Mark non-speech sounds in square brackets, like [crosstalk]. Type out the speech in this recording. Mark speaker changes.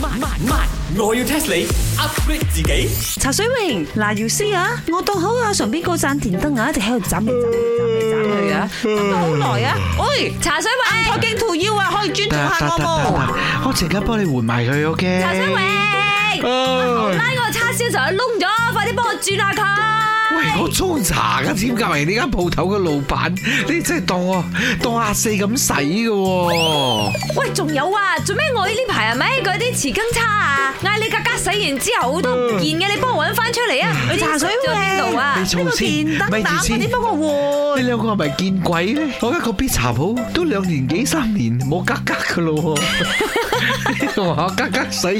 Speaker 1: 慢慢慢，我要 test 你 upgrade 自己。
Speaker 2: 茶水榮，嗱，姚師啊，我當好
Speaker 3: ờ,
Speaker 2: 啊，上邊嗰盞電燈啊，一直喺度斬嚟斬去、斬嚟斬去啊，斬咗好耐啊。喂，茶水榮，我鏡圖要啊，可以尊重下我冇？
Speaker 4: 我陣間幫你換埋佢，OK？哎
Speaker 3: 茶水榮，
Speaker 4: 唉
Speaker 3: 拉我叉燒就係窿咗，快啲幫我轉下佢。
Speaker 4: 喂，我沖茶噶，點解為呢間鋪頭嘅老闆？你真係當我當阿四咁使嘅喎？
Speaker 3: 喂，仲有啊，做咩我呢排係咪嗰啲匙羹叉啊？嗌你格格洗完之後好多唔見嘅，你幫我揾翻出嚟啊！佢
Speaker 2: 茶水
Speaker 3: 咗
Speaker 2: 榮，
Speaker 3: 邊度啊？
Speaker 4: 你
Speaker 2: 呢個電燈
Speaker 4: 咪
Speaker 2: 膽
Speaker 4: 住
Speaker 2: 嗰
Speaker 4: 先
Speaker 2: 啲幫我
Speaker 4: 你
Speaker 2: 換。
Speaker 4: 兩個係咪見鬼咧？我間個 B 茶鋪都兩年幾三年冇格格嘅咯喎，
Speaker 2: [laughs]
Speaker 4: [laughs] 你同我格格洗完